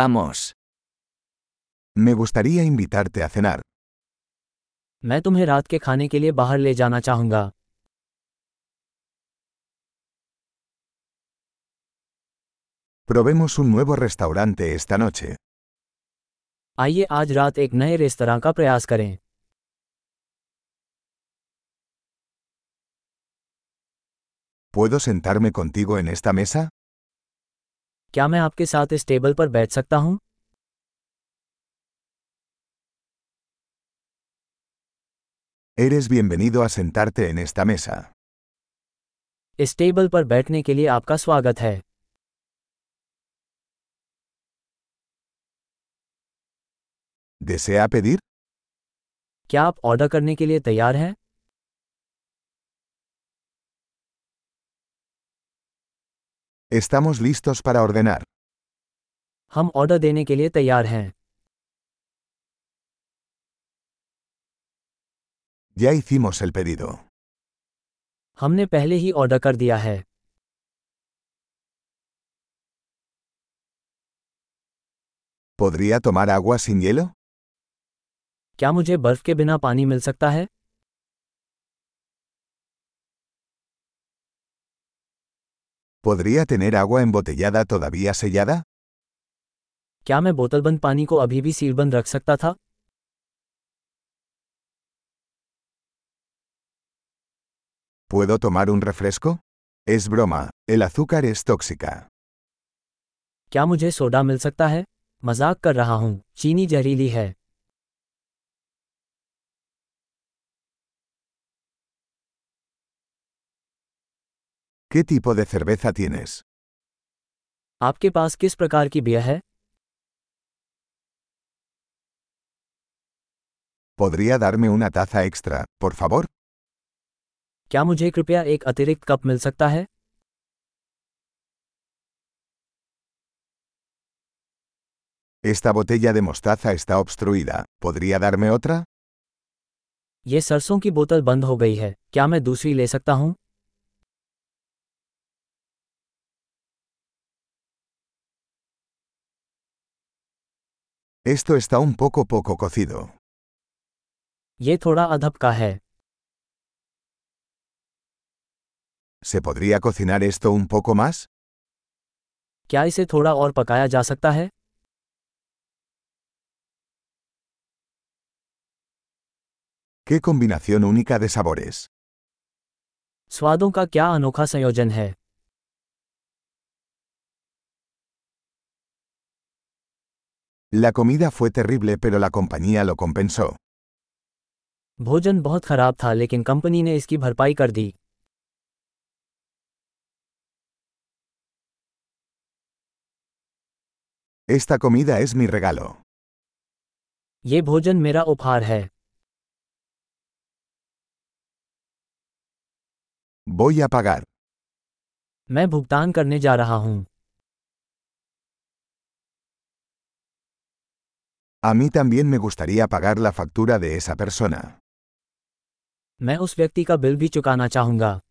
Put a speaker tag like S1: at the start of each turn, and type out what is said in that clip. S1: Vamos.
S2: Me gustaría invitarte a cenar.
S3: मैं तुम्हें रात के खाने के लिए बाहर ले जाना चाहूंगा
S2: Probemos un nuevo restaurante esta noche.
S3: आइए आज रात एक नए रेस्तरा का प्रयास करें
S2: ¿Puedo sentarme contigo en esta mesa?
S3: क्या मैं आपके साथ इस टेबल पर बैठ सकता हूँ
S2: Eres bienvenido a sentarte en esta mesa.
S3: इस टेबल पर बैठने के लिए आपका स्वागत है
S2: ¿Desea pedir?
S3: क्या आप ऑर्डर करने के लिए तैयार हैं
S2: Estamos listos para ordenar.
S3: हम ऑर्डर देने के लिए तैयार हैं
S2: Ya hicimos el pedido.
S3: हमने पहले ही ऑर्डर कर दिया है
S2: ¿Podría tomar agua sin hielo?
S3: क्या मुझे बर्फ के बिना पानी मिल सकता है
S2: ¿Podría tener agua embotellada todavía sellada?
S3: क्या मैं बोतलबंद पानी को अभी भी सीलबंद रख सकता था
S2: ¿Puedo tomar un refresco? Es broma, el azúcar es tóxica.
S3: क्या मुझे सोडा मिल सकता है मजाक कर रहा हूँ चीनी जहरीली है
S2: ¿Qué tipo de cerveza tienes?
S3: आपके पास किस प्रकार की बियर है
S2: ¿Podría darme una taza extra, por favor?
S3: क्या मुझे कृपया एक अतिरिक्त कप मिल सकता है
S2: Esta botella de mostaza está obstruida. ¿Podría darme otra?
S3: ये सरसों की बोतल बंद हो गई है क्या मैं दूसरी ले सकता हूँ
S2: Esto está un poco poco cocido.
S3: ये थोड़ा अधब का है
S2: ¿Se podría cocinar esto un poco más?
S3: क्या इसे थोड़ा और पकाया जा सकता है
S2: ¡Qué combinación única de sabores!
S3: स्वादों का क्या अनोखा संयोजन है
S2: La comida fue terrible pero la compañía lo compensó.
S3: भोजन बहुत खराब था लेकिन कंपनी ने इसकी भरपाई कर दी
S2: Esta comida es mi regalo.
S3: ये भोजन मेरा उपहार है
S2: Voy a pagar.
S3: मैं भुगतान करने जा रहा हूँ
S2: A mí también me gustaría pagar la factura de esa persona.
S3: मैं उस व्यक्ति का बिल भी चुकाना चाहूंगा